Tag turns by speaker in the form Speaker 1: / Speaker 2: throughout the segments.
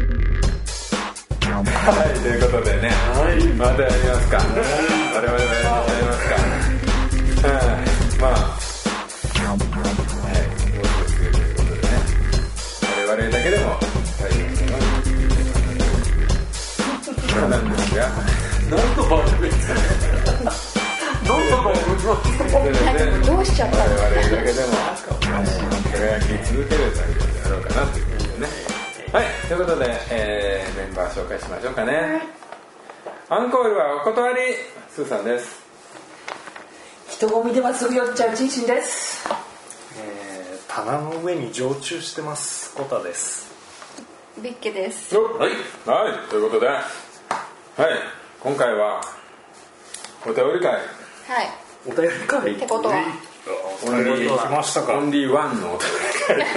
Speaker 1: はい、ということでね、またやりますか。我々もやりますか。うん、まあ、はい、もうすぐということでね、我々だけでも大変なのなんですが、
Speaker 2: 何の番組ですかね何の番組なんですか
Speaker 1: ということでね
Speaker 3: どうしちゃった
Speaker 1: 我
Speaker 3: の
Speaker 1: 々だけでも輝き続ける作業であろうかなということでねはいということで、えーメンバー紹介しましょうかねアンコールはお断りスーさんです
Speaker 3: 人混みではすぐ酔っちゃうチンチンです
Speaker 4: えー棚の上に常駐してますコタです
Speaker 5: ビッケです
Speaker 1: はい、はい、ということではい今回はお便り会
Speaker 5: はい
Speaker 4: お便り会
Speaker 5: ってことは
Speaker 4: お便り来ましたか
Speaker 1: オンリーワンのお便り会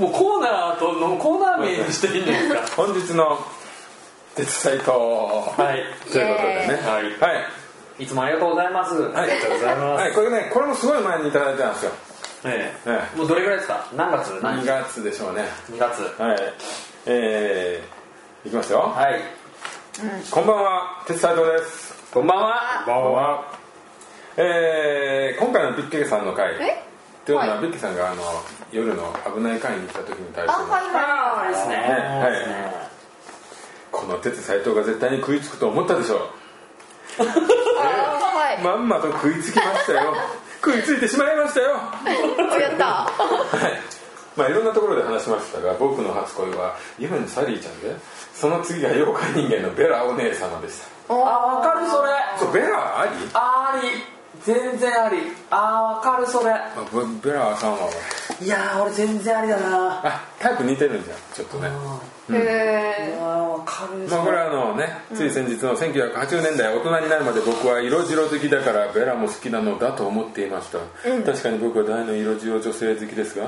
Speaker 2: もうコーナーとのコーナー名にしていいんですか
Speaker 1: 本日の鉄サイト
Speaker 2: はい
Speaker 1: ということでね
Speaker 2: はい
Speaker 1: はい
Speaker 2: いつもありがとうございます、
Speaker 1: はい、ありがとうございます。はい、これね、これもすごい前にいただいたんですよ。
Speaker 2: え
Speaker 1: え
Speaker 2: え
Speaker 1: え
Speaker 2: もうどれぐらいですか何月何
Speaker 1: 2
Speaker 2: 日
Speaker 1: 月でしょうね。
Speaker 2: 2月
Speaker 1: はい。えー、いきますよ。
Speaker 2: はい
Speaker 1: こんばんは、鉄斎藤です。
Speaker 2: こんばんは
Speaker 1: こんばんは。えー、今回のビッケさんの回。
Speaker 5: え
Speaker 1: というのは、
Speaker 5: は
Speaker 1: ビッケさんがあの夜の危ない会に来た時に対
Speaker 5: あ
Speaker 1: しての、
Speaker 5: はい
Speaker 2: ああですね
Speaker 1: はい
Speaker 2: ですね
Speaker 1: この鉄斎藤が絶対に食いつくと思ったでしょ
Speaker 5: はいあ
Speaker 1: う。まんまと食いつきました よ。食いついてしまいましたよ。
Speaker 5: はいやった
Speaker 1: はい、まあいろんなところで話しましたが僕の初恋は夢のサリーちゃんでその次が妖怪人間のベラお姉様でし
Speaker 2: あわかるそれ
Speaker 1: たそうベラあり
Speaker 2: あり全然ありあーわかるそれ
Speaker 1: あベベラあかんわ俺
Speaker 2: いやー俺全然ありだな
Speaker 1: あタイプ似てるんじゃんちょっとね
Speaker 5: へえ
Speaker 2: あーわかる
Speaker 1: まあこれはあのねつい先日の1980年代大人になるまで僕は色白好きだからベラも好きなのだと思っていました、確かに僕は大の色白女性好きですが、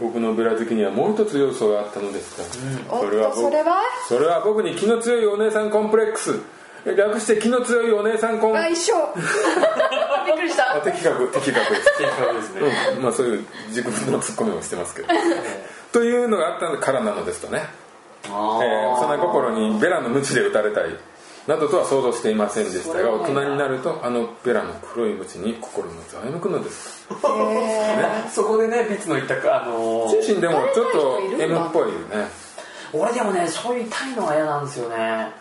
Speaker 1: 僕のベラ好きにはもう一つ要素があったのですが、
Speaker 5: おっ
Speaker 1: それは
Speaker 5: と
Speaker 1: 僕
Speaker 5: それは
Speaker 1: それは僕に気の強いお姉さんコンプレックスえ略して気の強いお姉さんコン
Speaker 5: あ
Speaker 1: あ
Speaker 5: 一緒 びっくりした
Speaker 1: 的確的確です
Speaker 2: 正解ですね
Speaker 1: うんまあそういう自分のツッコミをしてますけどというのがあったからなのですとね、え
Speaker 2: あ
Speaker 1: ー、幼心にベラの鞭で打たれたりなどとは想像していませんでしたが大人になるとあのベラの黒い鞭に心もざわめくのです
Speaker 2: ーそこでねビツの一択あのー
Speaker 1: 自身でもちょっと
Speaker 5: いるん
Speaker 1: M っ
Speaker 5: だ
Speaker 1: ぽいよね
Speaker 2: 俺でもねそういう痛いのが嫌なんですよね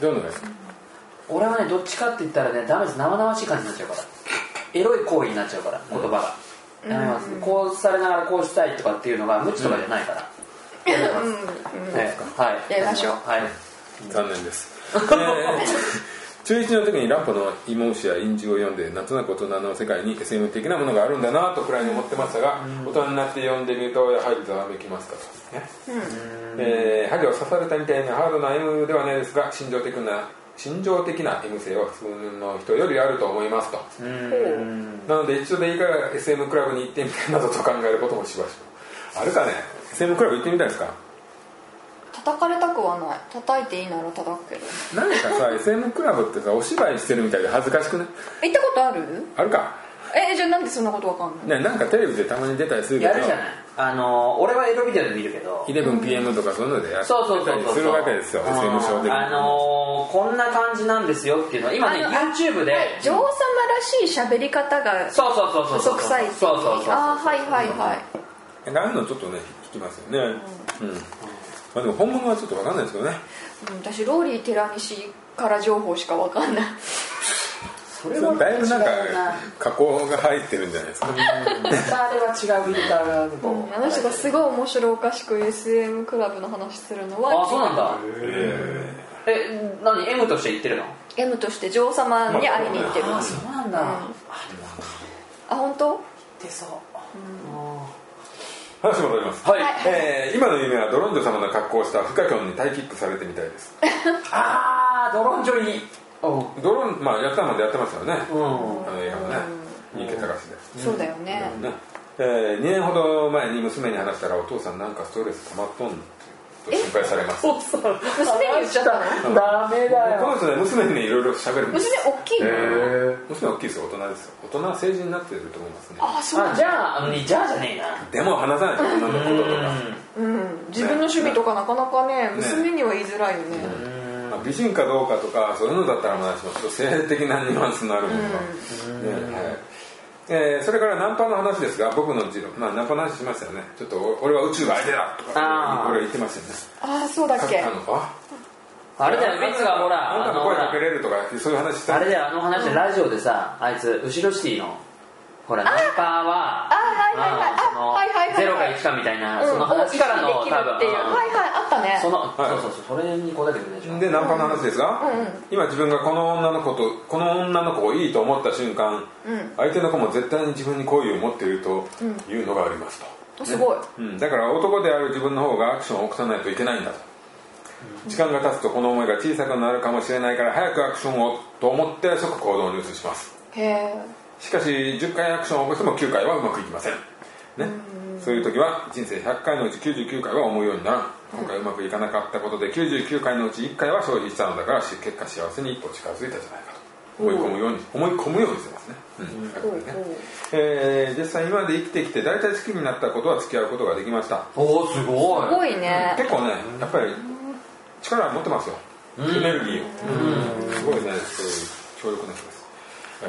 Speaker 1: どういうのがいい
Speaker 2: 俺はねどっちかって言ったらねダメです生々しい感じになっちゃうからエロい行為になっちゃうから言葉が、やめます、こうされながらこうしたいとかっていうのが無知とかじゃないから、やめます、ねはい
Speaker 5: やりましょう
Speaker 2: はい
Speaker 1: 残念です、えー中1の時にランポのイモウシやインジを読んでなんとなく大人の世界に SM 的なものがあるんだなとくらいに思ってましたが、大人になって読んでみるとやはりざわめきますかと、ねえー針を刺されたみたいなハードな M ではないですが心情的な心情的な M 性は普通の人よりあると思いますとなので一度でいいから SM クラブに行ってみたいなどと考えることもしばしばあるかね SM クラブ行ってみたいですか
Speaker 5: 叩かれたくはない叩いていいなら叩くけど
Speaker 1: なんかさ SM クラブってさお芝居してるみたいで恥ずかしくない
Speaker 5: 行ったことある
Speaker 1: あるか
Speaker 5: えじゃあなんでそんなことわかんない
Speaker 1: ねなんかテレビでたまに出たりするけ
Speaker 2: や
Speaker 1: ど
Speaker 2: るじゃないあのー俺はエロビデオで見るけど
Speaker 1: 11PM とかそういうのでやって
Speaker 2: そうそう
Speaker 1: た
Speaker 2: そう
Speaker 1: り
Speaker 2: そう
Speaker 1: するわけですよ
Speaker 2: うん
Speaker 1: SM ショー的に
Speaker 2: あのーこんな感じなんですよっていうのは今ね
Speaker 5: あの
Speaker 2: YouTube で
Speaker 5: 女王様らしい喋り方が
Speaker 2: そうそうそうそう
Speaker 5: 嘘
Speaker 2: そう
Speaker 5: くさい
Speaker 2: そうそうそうそう
Speaker 5: あーはいはいはい
Speaker 1: ああいうのちょっとね聞きますよねうん、まあでも本物はちょっとわかんないですけどね
Speaker 5: うん私ローリー寺西から情報しかわかんない
Speaker 2: そ
Speaker 1: だ
Speaker 2: れ
Speaker 1: い
Speaker 2: は
Speaker 1: ぶなんか
Speaker 2: 違うな
Speaker 1: 加工が入ってるんじゃないですか
Speaker 2: またあれは違うフィルターがあると思う
Speaker 5: あの人がすごい面白おかしく SM クラブの話するのは
Speaker 2: あそうなんだえ何 M として言ってるの
Speaker 5: M として女王様に会いに行ってるあ
Speaker 2: うなんだ、あでも
Speaker 5: 本当
Speaker 2: 出そう、
Speaker 1: 話戻ります
Speaker 2: はい、
Speaker 1: えー今の夢はドロンジョ様の格好をしたフカキョンにタイキックされてみたいです
Speaker 2: あードロンジョイうん
Speaker 1: ドロンまあやったまでやってましたよね、
Speaker 2: うん
Speaker 1: あの映画もね三池隆で
Speaker 5: そうだよね
Speaker 1: ねえー、2年ほど前に娘に話したらお父さんなんかストレス溜まっとんのってと心配されますこ
Speaker 5: 娘に言っちゃったの
Speaker 2: ダメだよ
Speaker 1: の人ね娘にねいろいろ喋るんです
Speaker 5: 娘大きいの、
Speaker 1: ええ娘大きいですよ大人ですよ大人成人になってると思いますね
Speaker 5: あそうな
Speaker 2: あ
Speaker 5: ん
Speaker 2: じ
Speaker 5: だ
Speaker 2: ゃあうんじゃあじゃねえな
Speaker 1: でも話さない女のこととか
Speaker 5: うん自分の趣味とかなかなかね娘には言いづらいよね
Speaker 1: まあ美人かどうかとかそういうのだったらまだしもちょっと性的なニュアンスのあるものが、ねはいえーそれからナンパの話ですが僕の持論、まあ、ナンパの話しましたよねちょっと俺は宇宙が相手だと
Speaker 2: あ
Speaker 1: か
Speaker 2: ー
Speaker 1: 俺は言ってました
Speaker 5: ああそうだっ
Speaker 1: よね
Speaker 5: け
Speaker 1: あのあ
Speaker 2: あれだよミツがほ
Speaker 1: あん
Speaker 2: ら
Speaker 1: た
Speaker 2: あの
Speaker 1: の
Speaker 2: ほ
Speaker 1: 声
Speaker 2: ら
Speaker 1: かけれるとかそういう話した
Speaker 2: あれだよあの話ラジオでさあいつ後ろシティのほらナンパ
Speaker 5: あ
Speaker 2: は
Speaker 5: はいはいはい
Speaker 2: あのその
Speaker 5: あはいはいはいはい
Speaker 2: ゼロか1かみたいな
Speaker 5: うん
Speaker 2: その話からの
Speaker 5: 大
Speaker 2: 多
Speaker 5: き
Speaker 2: 分
Speaker 5: くできるっていう
Speaker 2: うん
Speaker 5: はいはいあったね
Speaker 2: そ
Speaker 1: い
Speaker 2: のそうそうそうそれに答えてくれるでしょ
Speaker 1: でナンパの話ですが、
Speaker 5: うんうん
Speaker 1: 今自分がこの女の子とこの女の子をいいと思った瞬間、
Speaker 5: ん
Speaker 1: 相手の子も絶対に自分に好意を持っているというのがありますと、
Speaker 5: あすごい
Speaker 1: うん、だから男である自分の方がアクションを起こさないといけないんだと、時間が経つとこの思いが小さくなるかもしれないから早くアクションをと思って即行動に移します
Speaker 5: へえ
Speaker 1: しかし10回アクションを起こしても9回はうまくいきません、ね、そういう時は人生100回のうち99回は思うようにならん今回うまくいかなかったことで99回のうち1回は消費したのだからし結果幸せに一歩近づいたじゃないかと思い込むように思い込むようにしてますね、うん
Speaker 5: おうおう
Speaker 1: ねえー実際今まで生きてきて大体好きになったことは付き合うことができました
Speaker 2: おおすごい
Speaker 5: すごいね
Speaker 1: 結構ねやっぱり力持ってますよエネルギーをすごいねそういう強力な人ですえ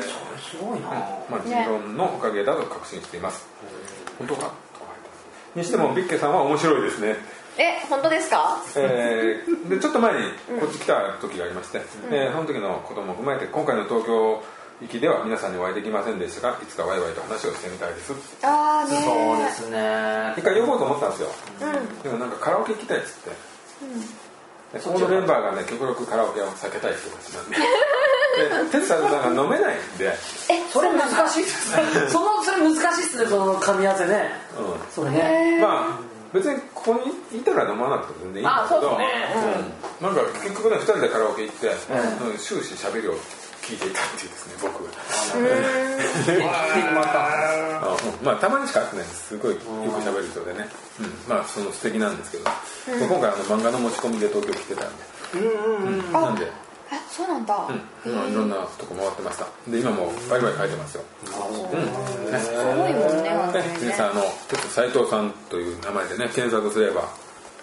Speaker 1: ー
Speaker 2: すごいな
Speaker 1: まあ持論のおかげだと確信しています本当かとか書いてますにしてもビッケさんは面白いですね
Speaker 5: え本当ですか
Speaker 1: え ーでちょっと前にこっち来た時がありまして、えーその時のことも踏まえて今回の東京行きでは皆さんにお会いできませんでしたがいつかワイワイと話をしてみたいです
Speaker 5: ああね
Speaker 2: そうですね
Speaker 1: 一回呼ぼうと思ったんですよ
Speaker 5: う
Speaker 1: でもなんかカラオケ行きたいっつって、でここのメンバーがね極力カラオケは避けたいってことなんでで哲さんなんか飲めないんで、
Speaker 5: んえ
Speaker 2: それ難しいっすね そのそれ難しいっすねその噛み合わせね
Speaker 1: う
Speaker 2: それ
Speaker 5: へ
Speaker 2: ね
Speaker 5: え
Speaker 1: ん、まあ別にここにいたら飲まなくても全然いいんだけど
Speaker 2: あそうですね
Speaker 1: うんなんか結局ね2人でカラオケ行って、うん終始しゃべりを聞いていたっていうですね僕
Speaker 4: また
Speaker 1: あうん まあたまにしか会ってないんですすごいよく喋る人でね、うん、まあその素敵なんですけど、で今回あの漫画の持ち込みで東京来てたんで、うんなんで
Speaker 5: えそうなんだ
Speaker 1: うん、まあいろんなとこ回ってましたで今もバイバイ書いてますよ、
Speaker 5: すごいもんね本当
Speaker 1: ね、
Speaker 5: に
Speaker 1: 皆
Speaker 5: ね
Speaker 1: さんあの斎藤さんという名前でね検索すれば、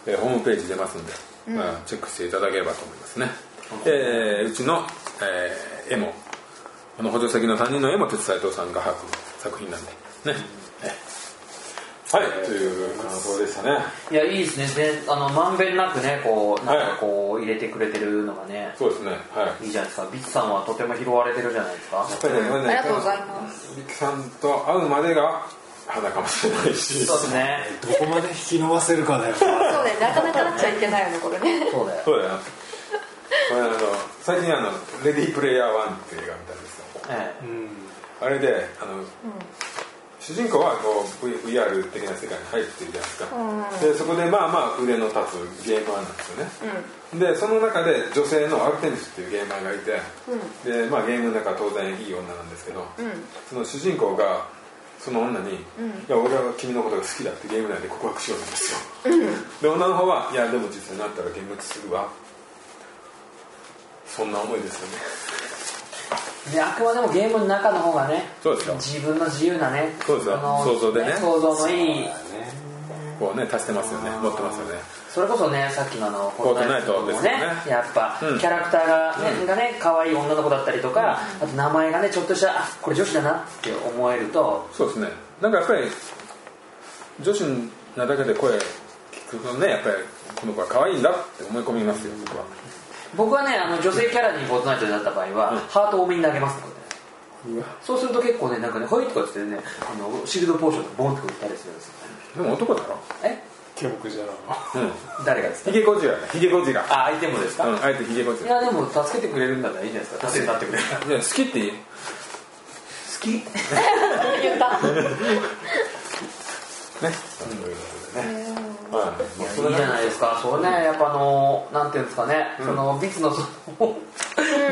Speaker 1: えーホームページ出ますんで、まあチェックしていただければと思いますね、えーうちの、えー絵もこの補助席の3人の絵も鉄斎藤さんが描く作品なんでねねはいという感想でしたね
Speaker 2: いやいいですねであのまんべんなくねこうなんかこう入れてくれてるのがね
Speaker 1: そうですねはい
Speaker 2: いいじゃないですかビッツさんはとても拾われてるじゃないですか
Speaker 1: やっぱりねこれね
Speaker 5: ありがとうございます
Speaker 1: ビッグさんと会うまでが花かもしれないし
Speaker 2: そうですね
Speaker 4: どこまで引き伸ばせるかだよ
Speaker 5: そうねなかなかなっちゃいけないよねこれね
Speaker 2: そうだよ
Speaker 1: そうだよなこれあの最近あの「レディープレイヤー1」っていう映画見たんですよ
Speaker 2: ええ
Speaker 1: あれであの、主人公はこう V- VR 的な世界に入ってるじゃないですか、でそこでまあまあ腕の立つゲーマーなんですよね、でその中で女性のアルテミスっていうゲーマーがいて、でまあ、ゲームの中は当然いい女なんですけど、その主人公がその女に「いや俺は君のことが好きだ」ってゲーム内で告白しようなんですよ、で女の方は「いやでも実際になったら現物するわ」そんな思いですよね
Speaker 2: であくまでもゲームの中の方がね
Speaker 1: そうですよ
Speaker 2: 自分の自由なね
Speaker 1: そうですよ
Speaker 2: あの
Speaker 1: 想像でね
Speaker 2: 想像のいい
Speaker 1: こうね足してますよね持ってますよね
Speaker 2: それこそねさっきのあの
Speaker 1: フォートナイトですよね
Speaker 2: やっぱ、
Speaker 1: うん
Speaker 2: キャラクターがね,、がね可愛い女の子だったりとか、あと名前がねちょっとしたあこれ女子だなって思えると
Speaker 1: そうですねなんかやっぱり女子なだけで声聞くとねやっぱりこの子は可愛いんだって思い込みますよ僕は
Speaker 2: 僕はねあの女性キャラにフォートナイトになった場合は、ハート多めに投げますので
Speaker 1: うわ
Speaker 2: そうすると結構ねなんかねほいとかっつってねあのシールドポーションとかボンって打ったりするんですよ
Speaker 1: でも男だろ
Speaker 2: え
Speaker 4: 記憶じゃな
Speaker 1: うん
Speaker 2: 誰がですか
Speaker 1: ヒゲゴジラヒゲゴジラ
Speaker 2: あ相手もですか、
Speaker 1: うんあえてヒゲゴジ
Speaker 2: い
Speaker 1: ラ
Speaker 2: やでも助けてくれるんだったらいいじゃないですか助けになってくれる
Speaker 1: いや好きっていい
Speaker 2: 好き
Speaker 5: 言った
Speaker 1: ねそういうことでねはいもうそん
Speaker 2: いい
Speaker 1: な
Speaker 2: じゃないですかそれねやっぱあのなんていうんですかね、そのビツのその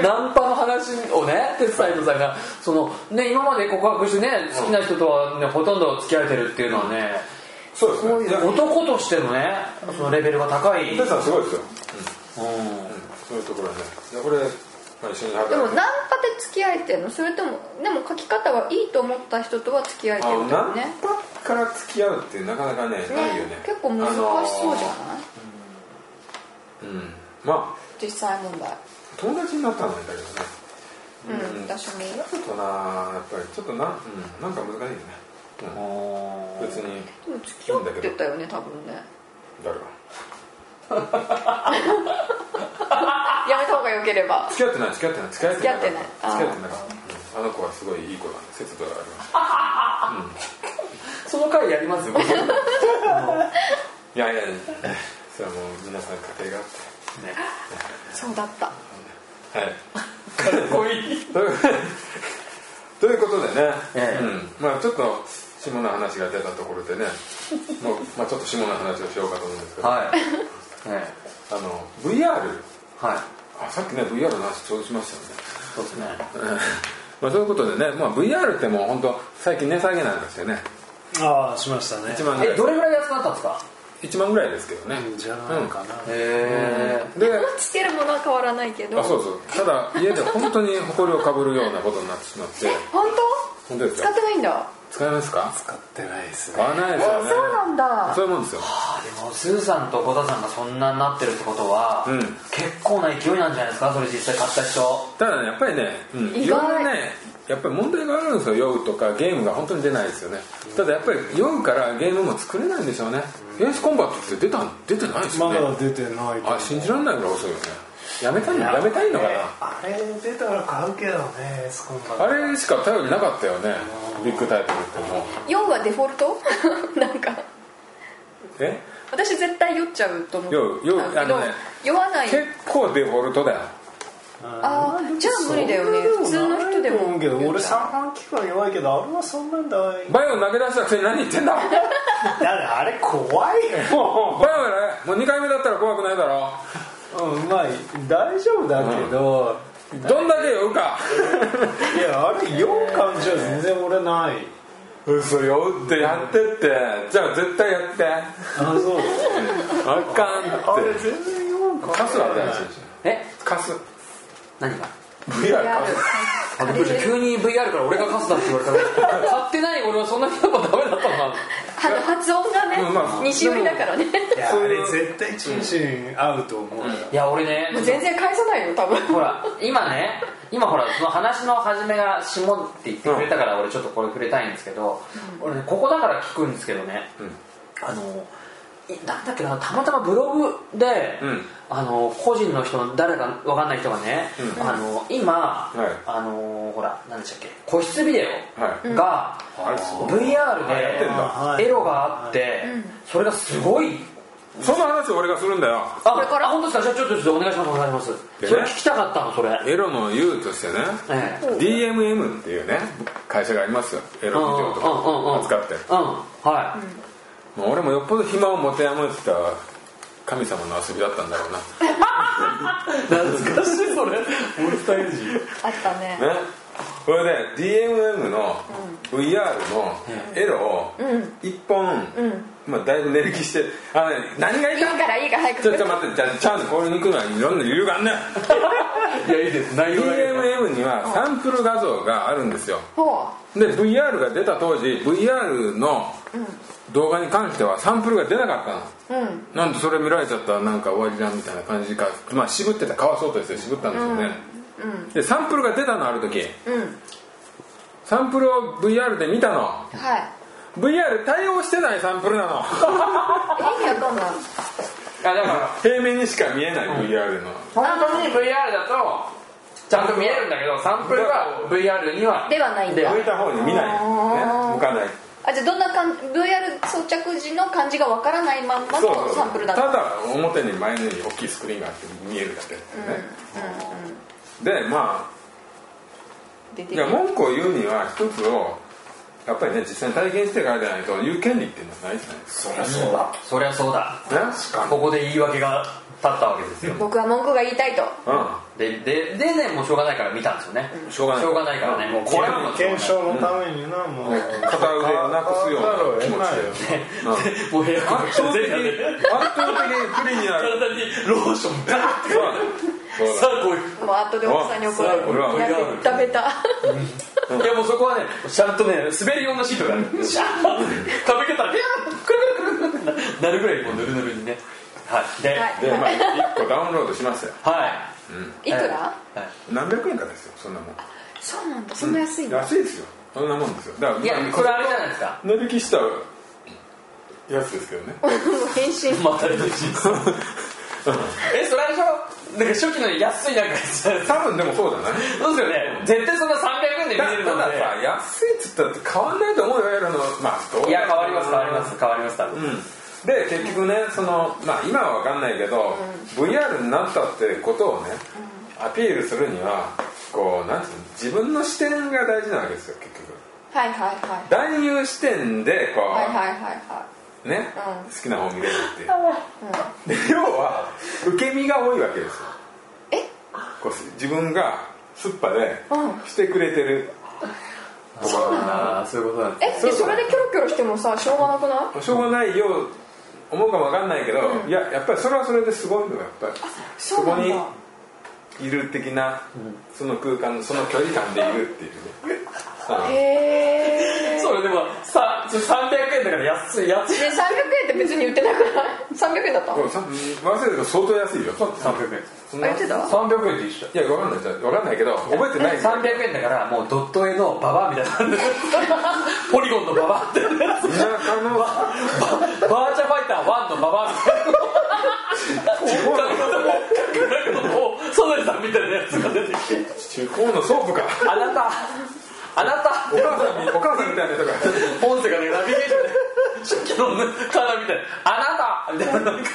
Speaker 2: ナンパの話をねテツサイトさんがそのね今まで告白してね好きな人とはねほとんど付き合えてるっていうのはね
Speaker 1: そうですねいや
Speaker 2: 男としてのねそのレベルが高い、
Speaker 1: お父さんすごいですよ、
Speaker 2: うん
Speaker 1: そういうところはねいや俺、まあ、一緒に
Speaker 5: でも
Speaker 1: 働
Speaker 5: ナンパで付き合えてんのそれともでも書き方がいいと思った人とは付き合えてるんだよ
Speaker 1: ナン
Speaker 5: ね
Speaker 1: パから付き合うってなかなかねないよね
Speaker 5: ね結構難しそうじゃない、
Speaker 1: あのーうんまあ
Speaker 5: 実際問題
Speaker 1: 友達になったのはいいんだけどね
Speaker 5: うん、私も
Speaker 1: ちょっとなやっぱりちょっとな,、うん、なんか難しいよね、うん別に
Speaker 5: でも付き合ってたよね多分ね
Speaker 1: 誰が
Speaker 5: やめた方が良ければ
Speaker 1: 付き合ってない付き合ってない付き合ってなかった
Speaker 5: 付
Speaker 1: 付
Speaker 5: き
Speaker 1: き
Speaker 5: 合
Speaker 1: 合
Speaker 5: っ
Speaker 1: ってて
Speaker 5: な
Speaker 1: ないかった、うん、あの子はすごいいい子なんで節度がありまし
Speaker 2: その回やりますよ
Speaker 1: たいやいやいやそれはもう皆さん家庭があっ
Speaker 5: そうだった
Speaker 1: てはい
Speaker 2: こいい
Speaker 1: というということでね、
Speaker 2: ええ
Speaker 1: うん、まあちょっと下の話が出たところでねもう、まあ、ちょっと下の話をしようかと思うんですけど、
Speaker 2: はいえ
Speaker 1: あの VR
Speaker 2: えはい
Speaker 1: あさっきね VR の話ちょうどしましたよね
Speaker 2: そうですね
Speaker 1: まあ、そういうことでね、まあ、VR ってもう本当最近値下げなんですよね
Speaker 4: ああしましたね
Speaker 1: 1万ぐら
Speaker 2: え
Speaker 1: い
Speaker 2: どれぐらい安くなったんですか
Speaker 1: 1万ぐらいですけどね
Speaker 4: じゃないかな、
Speaker 2: へ
Speaker 1: うんで
Speaker 5: 落ちてるものは変わらないけど
Speaker 1: あそうそうただ家で本当に埃をかぶるようなことになってしまって
Speaker 5: 本
Speaker 1: 本当で
Speaker 5: 当
Speaker 1: す
Speaker 5: 使っ
Speaker 1: か
Speaker 5: てないんだ
Speaker 1: 使えますか
Speaker 4: 使ってないです
Speaker 1: 使
Speaker 4: ね
Speaker 1: わない
Speaker 5: え
Speaker 1: ですよね
Speaker 5: そうなんだ
Speaker 1: そういうもんですよ
Speaker 2: あでもスーさんと小田さんがそんなになってるってことは、
Speaker 1: うん
Speaker 2: 結構な勢いなんじゃないですかそれ実際買った人
Speaker 1: ただねやっぱりね、うん、
Speaker 5: 意
Speaker 1: い
Speaker 5: 外
Speaker 1: ろんなねやっぱり問題があるんですよ酔うとかゲームが本当に出ないですよねただやっぱり酔うからゲームも作れないんでしょうねエースコンバットって出た出てないです
Speaker 4: ま
Speaker 1: よね
Speaker 4: だ出てない
Speaker 1: あ信じられないぐらい遅いよねやめたいのやめたいのかな
Speaker 4: あれ出たら買うけどねそこま
Speaker 1: あ
Speaker 4: で
Speaker 1: れしか頼りなかったよねビッグタイトルってもう
Speaker 5: 4はデフォルト なんか
Speaker 1: え
Speaker 5: 私絶対酔っちゃうと思って
Speaker 1: 酔う酔う
Speaker 5: たんだ
Speaker 1: あ
Speaker 5: けど
Speaker 1: のね
Speaker 5: 酔わない
Speaker 1: 結構デフォルトだよ
Speaker 5: ああじゃあ無理だよね普通の人で
Speaker 4: そんな
Speaker 5: も
Speaker 4: ないと思うけど俺三半規管弱いけどあれはそんなんだ い
Speaker 1: バイオ投げ出したくせに何言ってんだ バイ
Speaker 4: だってあれ怖い
Speaker 1: オ
Speaker 4: よ
Speaker 1: ねもう2回目だったら怖くないだろ
Speaker 4: うんまあ大丈夫だけど、
Speaker 1: どんだけ酔うか
Speaker 4: いやあれよう感じは全然俺ない
Speaker 1: 嘘酔うってやってってじゃあ絶対やって
Speaker 4: あそう
Speaker 1: あかん
Speaker 4: あれ
Speaker 1: って
Speaker 4: 全然よう感じ
Speaker 1: カスは出ないし
Speaker 2: え
Speaker 1: カス
Speaker 2: 何が
Speaker 1: VR
Speaker 5: や
Speaker 1: カ
Speaker 5: る
Speaker 1: ス
Speaker 2: あびっくりした急に VR から俺がカスだって言われたから 買ってない俺はそんなにやっぱダメだったな
Speaker 5: あの発音がね、
Speaker 1: うんまあ
Speaker 5: 西寄りだからね
Speaker 4: いやあれ絶対チンシン合うと思うよ、
Speaker 2: いや俺ね
Speaker 5: もう全然返さないよ多分
Speaker 2: ほら今ね今ほらその話の始めが「下」って言ってくれたから俺ちょっとこれ触れたいんですけど、俺ねここだから聞くんですけどね、
Speaker 1: ん
Speaker 2: あのいなんだっけなたまたまブログで、
Speaker 1: うん
Speaker 2: あの個人の人の誰かわかんない人がね、
Speaker 1: う
Speaker 2: あの今、
Speaker 1: はい
Speaker 2: あのほら何でしたっけ個室ビデ
Speaker 1: はい
Speaker 2: オが、
Speaker 1: あれそう
Speaker 2: VR
Speaker 1: やってんだ
Speaker 2: でエロがあって、それがすごい
Speaker 1: その話を俺がするんだよ
Speaker 2: あこれから本当ですかじゃあちょっとちょっとお願いしますお願いします
Speaker 1: でね
Speaker 2: それ聞きたかったのそれ
Speaker 1: エロの言うとしてね
Speaker 2: ええ
Speaker 1: DMM っていうね会社がありますよエロビデオとか扱って
Speaker 2: うんは
Speaker 1: まあ俺もよっぽど暇を持て余した神様の遊びだったんだろうな
Speaker 2: い懐かしいそれモルスターエンジン
Speaker 5: あったね
Speaker 1: ね これで DMM の VR のエロを一本、まあ、だいぶ値引きしてあのね何がい
Speaker 5: い
Speaker 1: い
Speaker 5: い
Speaker 1: か
Speaker 5: からいいから早く
Speaker 1: ちょっと待ってじゃあちゃんとこれに行くのはいろんな理由があんねん
Speaker 2: いやいいです内容がいいです
Speaker 1: DMM にはサンプル画像があるんですよ
Speaker 5: ほ
Speaker 1: で VR が出た当時 VR の動画に関してはサンプルが出なかったの
Speaker 5: ううん
Speaker 1: なんでそれ見られちゃったらなんか終わりだみたいな感じか、まあ、渋ってたかわそうとして渋ったんですよね、でサンプルが出たのある時
Speaker 5: うん
Speaker 1: サンプルを VR で見たの
Speaker 5: はい
Speaker 1: VR 対応してないサンプルな の
Speaker 5: 意味わかんない
Speaker 2: あだから
Speaker 1: 平面にしか見えない VR の、
Speaker 2: 本当に VR だとちゃんと見えるんだけどサンプルが VR には
Speaker 5: ではないんだ
Speaker 1: 向いた方に見ない、ね、向かない
Speaker 5: あじゃあどんなかん VR 装着時の感じがわからないまんま
Speaker 1: そうそう
Speaker 5: の
Speaker 1: そう
Speaker 5: サンプルだ
Speaker 1: た
Speaker 5: った
Speaker 1: だ表に前のように大きいスクリーンがあって見えるだけですよね、でまあ
Speaker 5: 出て
Speaker 1: い
Speaker 5: き
Speaker 1: や
Speaker 5: た
Speaker 1: 文句を言うには一つをやっぱりね実際に体験してからじゃないと言う権利っていうのはないじゃないです
Speaker 4: そりゃそうだ
Speaker 2: そりゃそうだ
Speaker 1: か確か
Speaker 2: ここで言い訳が立ったわけですよ
Speaker 5: 僕は文句が言いたいと
Speaker 1: う
Speaker 2: でででねもうしょうがないから見たんですよね
Speaker 1: んしょうがない
Speaker 2: しょうがないからねもうこれはもう
Speaker 4: 検証のためになもう
Speaker 1: 片腕をなくすような気持ち
Speaker 4: で
Speaker 2: もう部屋から
Speaker 1: 圧倒的
Speaker 2: 全部
Speaker 1: 圧倒的に不利になる
Speaker 2: 体にローションガーって
Speaker 1: そうだそうだ
Speaker 2: さあこう
Speaker 5: もう後で奥さんに怒られ
Speaker 1: あそう俺は
Speaker 5: るやべったべた
Speaker 2: いやもうそこはねちゃんとね滑り用のシートがあるシャーって食べ方がビャーくるくるくるくるってなるぐらいもうぬるぬるにねはいで
Speaker 5: はい
Speaker 1: でまあ1個ダウンロードしましたよ
Speaker 2: はい
Speaker 5: いくら
Speaker 2: はい
Speaker 1: 何百円かですよそんなもん
Speaker 5: そうなんだそんな安いの
Speaker 1: 安いですよそんなもんですよだから
Speaker 2: いやこれあれじゃないですか
Speaker 1: 値引き したやつですけどね
Speaker 5: 返信
Speaker 2: また嬉しいですえそれあれでしょなんか初期の安いなんかそう
Speaker 1: 多分でもそうだ な
Speaker 2: ですよね絶対そんな300円で見
Speaker 1: た
Speaker 2: れる
Speaker 1: た
Speaker 2: の
Speaker 1: だ
Speaker 2: で
Speaker 1: さ安いっつったって変わんないと思うよやるのまあどう
Speaker 2: いや変わります変わります変わります多分
Speaker 1: うんで結局ねその、まあ、今は分かんないけど、VR になったってことをね、アピールするにはこうなんていうの自分の視点が大事なわけですよ結局
Speaker 5: はいはいはい
Speaker 1: 男優視点でこう、
Speaker 5: はいはいはいは
Speaker 1: ね、
Speaker 5: うん
Speaker 1: 好きな方見れるって いう、で要は受け身が多いわけですよ
Speaker 5: え
Speaker 1: こう自分がすっぱで
Speaker 5: う
Speaker 1: してくれてる、
Speaker 2: そうなんだそういうことなん
Speaker 5: い
Speaker 2: で
Speaker 5: えでそれでキョロキョロしてもさしょうがなくない
Speaker 1: しょうがないよう思うかも分かんないけど、いややっぱりそれはそれですごいのがやっぱり
Speaker 5: そうなんだ
Speaker 1: ここにいる的な、その空間のその距離感でいるっていうね、うん
Speaker 5: へえ
Speaker 2: すそれでもさそれ300円だから安い安い
Speaker 5: ね300円って別に売ってなくない300円だった
Speaker 1: こ
Speaker 5: の
Speaker 1: れさ忘れてると相当安いよ
Speaker 2: 300円
Speaker 1: そんな
Speaker 5: あ言って
Speaker 1: い
Speaker 5: た
Speaker 2: 300円って一緒
Speaker 1: や分かんないじゃ分かんないけど覚えてないですよ
Speaker 2: 300円だからもうドット絵のババアみたいなんでポリゴンのババアって バ
Speaker 1: 田舎の
Speaker 2: ーチャファイター1のババアみたいな
Speaker 1: 地方の
Speaker 2: もうソネさんみたいなやつが出てきて
Speaker 1: 地方のソープか
Speaker 2: あなたあな
Speaker 1: お
Speaker 2: た
Speaker 1: 母さんみお母さんみたいな人が
Speaker 2: 音声がねナビゲーションで初期のカラーみたいなあなたみたいななんか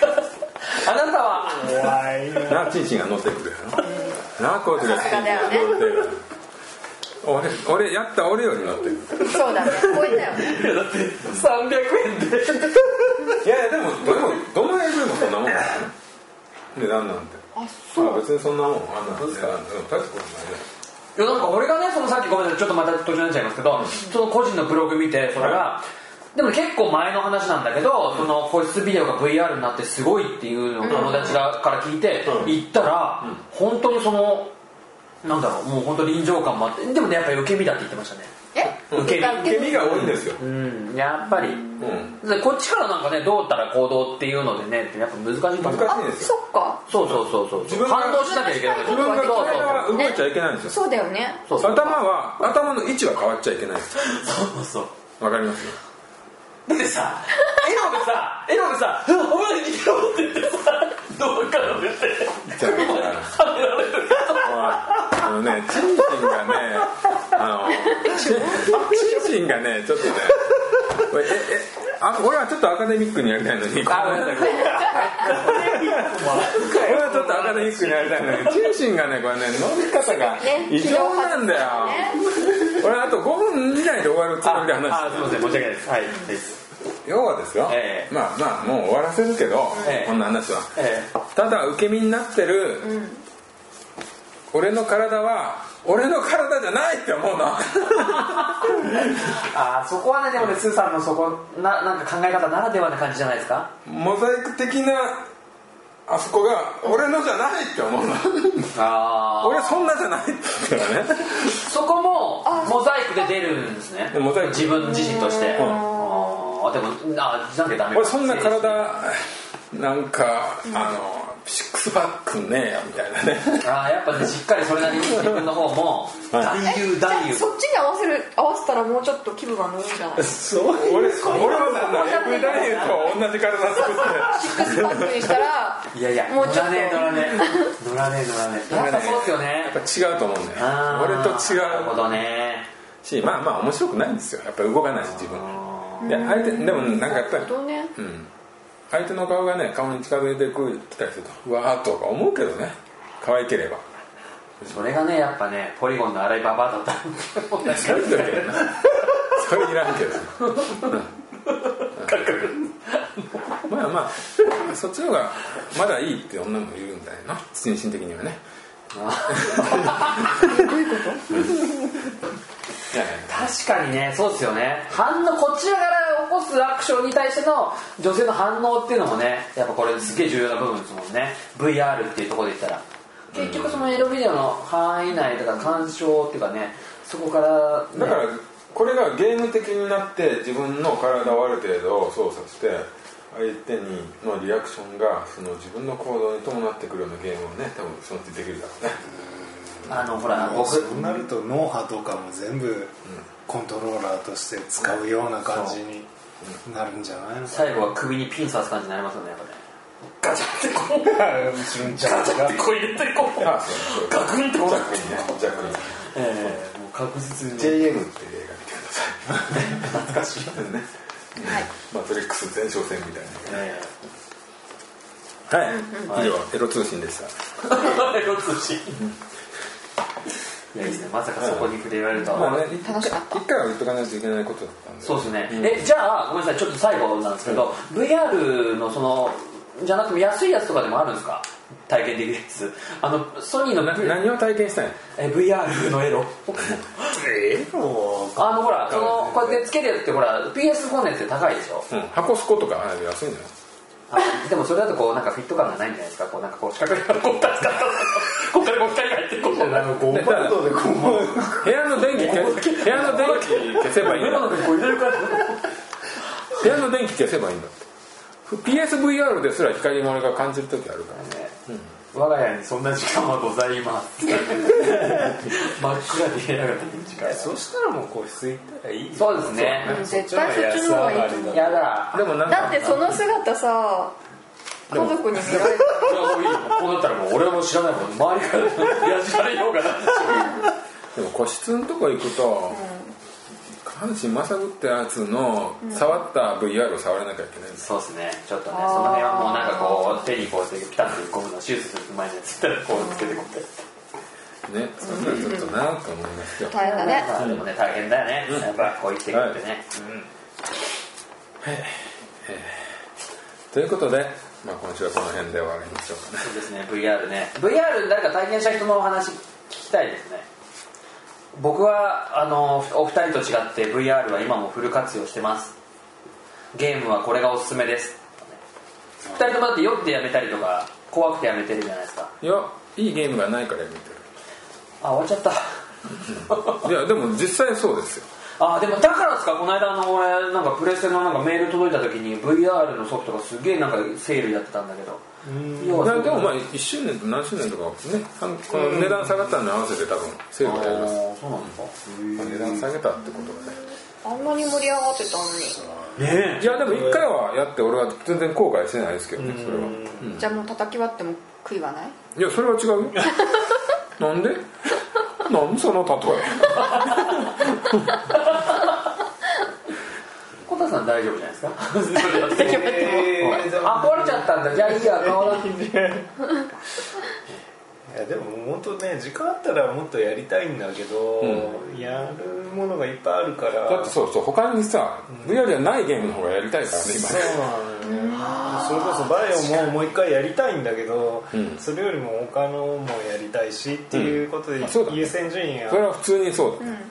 Speaker 2: あなたは
Speaker 4: 怖いね
Speaker 1: なチンチンが乗ってくるなこういうのがチンチンが乗ってくる俺俺やった俺より乗ってくる
Speaker 5: そうだね超えたよね
Speaker 2: いやだって300円で
Speaker 1: いやいやでもでもどの AV もそんなもんだよね値段なんて
Speaker 5: あ
Speaker 1: ま
Speaker 5: そ
Speaker 1: あ
Speaker 5: う
Speaker 1: 別にそんなもんあんな
Speaker 2: そうですか
Speaker 1: 値段でも大したことないね
Speaker 2: いやなんか俺がねそのさっきごめんなさいちょっとまた途中になっちゃいますけど、その個人のブログ見てそれが、でも結構前の話なんだけど、その個室ビデオが VR になってすごいっていうのを友達が、から聞いて、
Speaker 1: うん
Speaker 2: 行ったら、本当にそのなんだろうもう本当臨場感もあってでもねやっぱり受け身だって言ってましたね
Speaker 5: え
Speaker 2: 受け身
Speaker 1: 受け身が多いんですよ
Speaker 2: うんやっぱり、
Speaker 1: うん
Speaker 2: でこっちからなんかねどうったら行動っていうのでねやっぱ難しいかも
Speaker 1: 難し
Speaker 5: あ
Speaker 1: いんです
Speaker 5: そ
Speaker 1: よ
Speaker 5: っか
Speaker 2: そうそうそうそう
Speaker 1: 自分が
Speaker 2: 反応しなきゃいけない
Speaker 1: 自分が
Speaker 5: そうそう
Speaker 1: 体は動いちゃいけないんですよ
Speaker 5: そうだよね
Speaker 2: そうそう
Speaker 1: 頭は頭の位置は変わっちゃいけないんですよ
Speaker 2: そうそう
Speaker 1: わかりますよ
Speaker 2: だってさエロでさエロでさ「うんお前逃げろ」って言ってさどっから出て
Speaker 1: じゃあ
Speaker 2: はめられる
Speaker 1: あのねチンチンがねあのチンチンチンがねちょっとねこれええあ俺はちょっとアカデミックにやりたいのに
Speaker 2: あごめんなさい
Speaker 1: 俺はちょっとアカデミックになりたいのにチンシンがねこれね飲み方が
Speaker 5: ね
Speaker 1: 異常なんだよ俺あと5分以内で終わるつもりで話
Speaker 2: ああ
Speaker 1: し
Speaker 2: す
Speaker 1: てた
Speaker 2: いません申し訳ないですはいです
Speaker 1: 要はですよ、
Speaker 2: ええ
Speaker 1: まあまあもう終わらせるけど、
Speaker 2: ええ
Speaker 1: こんな話は
Speaker 2: ええ
Speaker 1: ただ受け身になってる、俺の体は俺の体じゃないって思うの
Speaker 2: ああそこはねでもねスーさんのそこななんか考え方ならではな感じじゃないですか
Speaker 1: モザイク的なあそこが俺のじゃないって思うの
Speaker 2: あ
Speaker 1: 俺そんなじゃないって言ったらね
Speaker 2: そこもモザイクで出るんですね
Speaker 1: でモザイク
Speaker 2: 自分自身として
Speaker 1: うん
Speaker 2: ああでもああじゃなきゃダメか
Speaker 1: 俺そんな体なんか、あのシックスパックねえよみたいなね
Speaker 2: ああやっぱねしっかりそれなりに自分の方も
Speaker 1: はい
Speaker 2: 男優
Speaker 5: じゃ
Speaker 2: 男
Speaker 5: あ
Speaker 2: 優
Speaker 5: そっちに合わせる合わせたらもうちょっと気分が乗るんじゃない
Speaker 1: そう俺俺はそんな AV 男優と同じ体作って
Speaker 5: シックスパックにしたら
Speaker 2: いやいや
Speaker 5: もうちょっと
Speaker 2: 乗らねえ乗らねえ乗らねえ乗らねえやっぱそうっすよね
Speaker 1: やっぱ違うと思うんだよ
Speaker 2: あー
Speaker 1: 俺と違
Speaker 2: なるほ
Speaker 1: う
Speaker 2: どね
Speaker 1: しまあまあ面白くないんですよやっぱり動かないし自分で相手でもなんかやっぱり、
Speaker 5: どうね
Speaker 1: うん、相手の顔がね顔に近づいてくきたりするとうわーとか思うけどね可愛ければ
Speaker 2: それがねやっぱねポリゴンの荒いババアだった
Speaker 1: 疲れてるけどなこれいらんけどまあまあそっちの方がまだいいって女も言うんだよな精神的にはね いやいや
Speaker 2: 確かにねそうですよね反応こちらから起こすアクションに対しての女性の反応っていうのもねやっぱこれすげえ重要な部分ですもんね VR っていうところで言ったら結局そのエロビデオの範囲内とか鑑賞っていうかねそこから、ね、
Speaker 1: だからこれがゲーム的になって自分の体をある程度操作して相手にのリアクションがその自分の行動に伴ってくるようなゲームをね多分そのうちできるだろうね
Speaker 2: あのほら
Speaker 4: もう
Speaker 2: 僕
Speaker 4: そうなると脳波とかも全部コントローラーとして使うような感じになるんじゃないのか
Speaker 2: 最後は首にピン刺す感じになりますよねやっぱね
Speaker 3: ガチャってこう
Speaker 4: な後ろにジャ
Speaker 3: ガ
Speaker 4: ン
Speaker 3: チ
Speaker 4: プ
Speaker 3: ャ
Speaker 4: が
Speaker 3: ってこう入れてこう
Speaker 1: あそう
Speaker 3: ガクンってこう
Speaker 1: ジャックにねジャックに
Speaker 2: ええもう確実
Speaker 1: JM
Speaker 2: に
Speaker 1: っていう映画見てください懐かしいですね
Speaker 5: はい
Speaker 1: マトリックス前哨戦みたい
Speaker 2: ええ
Speaker 1: なはい以上エロ通信でした
Speaker 2: エロ通信いやいいですねまさかそこに触れられるとは、
Speaker 1: まあね一回
Speaker 5: 楽しかった
Speaker 1: 一回は言っとかないといけないことだったんで
Speaker 2: そうですね、えじゃあごめんなさいちょっと最後なんですけど、VR のそのじゃなくても安いやつとかでもあるんですか体験できるやつあのソニーの
Speaker 1: 何を体験したいの
Speaker 2: え VR のエロ
Speaker 4: エロ
Speaker 2: あのほらそのこうやってつけるやつってほら PS4 のやつって高いでしょ
Speaker 1: うん箱スコとかあれ安いんじゃない
Speaker 2: あでもそれだとこうなんかフィット感がないんじゃないですかこうなんかこう四角いこう立ち方こっからこう光が入ってこう
Speaker 4: あのゴムバンドでこ う
Speaker 1: 部屋の電気消部屋の電気消せばいいんだ
Speaker 2: こう入れる感じ
Speaker 1: 部屋の電気消せばいいんだって PSVR ですら光漏れが感じる時あるからね
Speaker 2: 我が家にそんな時間はございます 真っ暗で部屋が出てる時間
Speaker 4: そしたらもう個室行ったらいいよ
Speaker 2: そうですね
Speaker 5: うん絶対そっちの方がいいと思う
Speaker 4: う
Speaker 2: やだ
Speaker 1: でもなん
Speaker 5: だ
Speaker 1: か
Speaker 5: ってその姿さ家族に見られる
Speaker 2: こうなったらもう俺も知らないもん周りからやじられようがない
Speaker 1: でも個室のとこ行くと下半身まさぐってやつの触った VR を触らなきゃいけないんです
Speaker 2: そうですねちょっとねその辺はもうなんかこう手にこうやってピタッと込むの手術する前につったらこうつけてこうやっ
Speaker 1: ね
Speaker 2: て
Speaker 1: そんなのちょっとなと思いますよ
Speaker 5: 大変だ ね
Speaker 2: まあでもね大変だよねやっぱこう生きていくってね
Speaker 1: ということで、まあ、今週はこの辺で終わりましょうかね
Speaker 2: そうですね VR ね VR 誰か体験した人のお話聞きたいですね僕はあのお二人と違って VR は今もフル活用してますゲームはこれがおすすめです二人ともだって酔ってやめたりとか怖くてやめてるじゃないですか
Speaker 1: いやいいゲームがないからやめて
Speaker 2: あ終わっちゃった
Speaker 1: るいやでも実際そうですよ
Speaker 2: あでもだからですかこの間あの俺なんかプレステのなんかメール届いた時に VR のソフトがすげえなんかセールやってたんだけど要
Speaker 1: い
Speaker 2: は
Speaker 1: や
Speaker 2: そう
Speaker 1: でもまあ1周年と何周年とかねあのこの値段下がったのに合わせて多分セールがやります
Speaker 2: そうなんですか
Speaker 1: 値段下げたってことがね
Speaker 5: あんなに盛り上がってたの
Speaker 2: ね
Speaker 1: いやでも一回はやって俺は全然後悔してないですけどねそれは
Speaker 5: にじゃあもう叩き割っても悔いはない
Speaker 1: いやそれは違う よなんでなんその例え
Speaker 2: 小田さん大丈夫じゃないです か
Speaker 4: え
Speaker 2: あ壊れちゃったんだじゃあいいや買わなくて
Speaker 4: いやでも本当ね時間あったらもっとやりたいんだけど、やるものがいっぱいあるから
Speaker 1: だってそうそう他にさ VR じゃないゲームの方がやりたいからね今
Speaker 4: そうなのよねそれこそバイオももう一回やりたいんだけど、それよりも他のもやりたいしっていうことで、
Speaker 1: うんそうだね
Speaker 4: 優先順位が
Speaker 1: それは普通にそうだね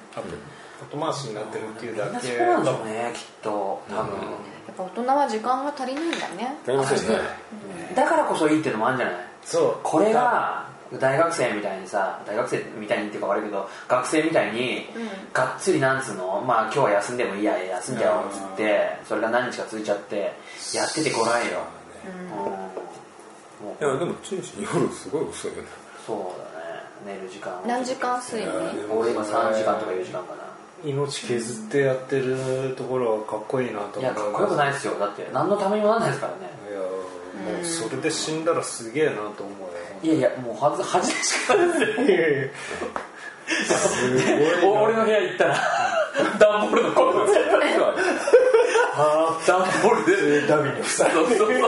Speaker 4: 後回しになってるっていうだけ
Speaker 2: そうなんだろうねきっと多分、
Speaker 5: やっぱ大人は時間が足りないんだね
Speaker 1: やりませんね
Speaker 2: だからこそいいっていうのもあるんじゃない
Speaker 4: そう
Speaker 2: これが大学生みたいにさ大学生みたいにっていうか悪いけど学生みたいに、
Speaker 5: ん
Speaker 2: がっつりなんつうのまあ今日は休んでもいいや休んじゃおうっつってそれが何日か続いちゃってやっててこないよ、うんも
Speaker 1: いうやでもチンチン夜すごい遅いよね
Speaker 2: そうだね寝る時間
Speaker 5: 何時間睡眠
Speaker 2: 俺今3時間とか4時間かな
Speaker 4: 命削ってやってるところはかっこいいなと思
Speaker 2: いやかっこよくないですよだって何のためにもなんないですからね
Speaker 4: いやもうそれで死んだらすげえなと思う
Speaker 2: いやいやもうはず恥ずかしくないですよ
Speaker 4: よいやいやすごい
Speaker 2: お俺
Speaker 4: な
Speaker 2: の部屋行ったら段ボールのコード
Speaker 1: そうだね
Speaker 2: 段ボールで
Speaker 4: ダビにふさ
Speaker 2: そうそうそうそう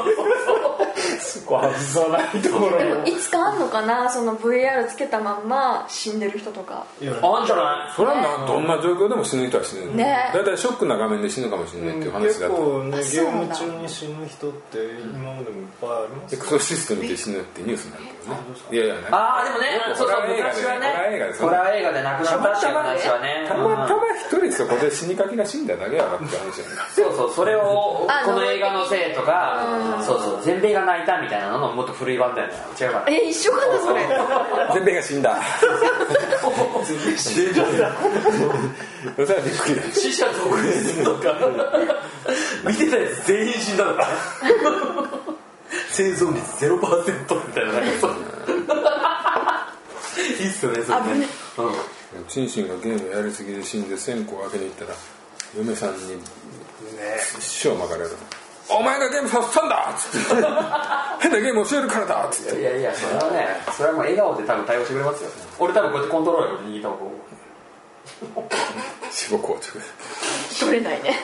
Speaker 4: そこ危ないところ
Speaker 5: でもいつかあんのかなその VR つけたまんま死んでる人とか
Speaker 4: いや
Speaker 2: あんじゃない
Speaker 1: それはなどんな状況でも死ぬ人は死ぬ
Speaker 5: ね
Speaker 1: だいたいショックな画面で死ぬかもしれないっていう話だと
Speaker 4: 結構ねゲ
Speaker 5: あそう
Speaker 4: ー
Speaker 5: なん
Speaker 4: ム
Speaker 5: だ
Speaker 4: 中に死ぬ人って今までもいっぱいあります
Speaker 1: エ
Speaker 4: よ
Speaker 1: クソシスト見て死ぬってニュースになるけどねいやいやね
Speaker 2: ああでもねそうそう
Speaker 1: ホラー映画で
Speaker 2: 昔はね
Speaker 1: ホラー映画ですよ
Speaker 2: ホラー映画で亡くなったっていう話はね
Speaker 1: たまたま一人そこで死にかけが死んだだけやなって話やな
Speaker 2: そうそうそれを
Speaker 5: あ
Speaker 2: この映画のせいとか
Speaker 5: うん
Speaker 2: そうそう全米が泣いたみたいなののもっと古い版だよね違う から
Speaker 5: え一緒かなそれ
Speaker 1: 全米が死んだ全米死んだそれはびっくりだ
Speaker 2: 死者続出とか見てたやつ全員死んだのか生存率0%みたいななんかそういいっすよねそれね
Speaker 5: 危ね
Speaker 2: うん
Speaker 1: チンシンがゲームやりすぎで死んで線香開けに行ったら嫁さんに師匠巻かれる「お前がゲームさせたんだ!」っつって「変なゲーム教えるからだ!」っつって
Speaker 2: いやいやそれはねそれはもう笑顔で多分対応してくれますよ俺多分こうやってコントローラーで握った方
Speaker 1: 死後硬直
Speaker 5: 取れないね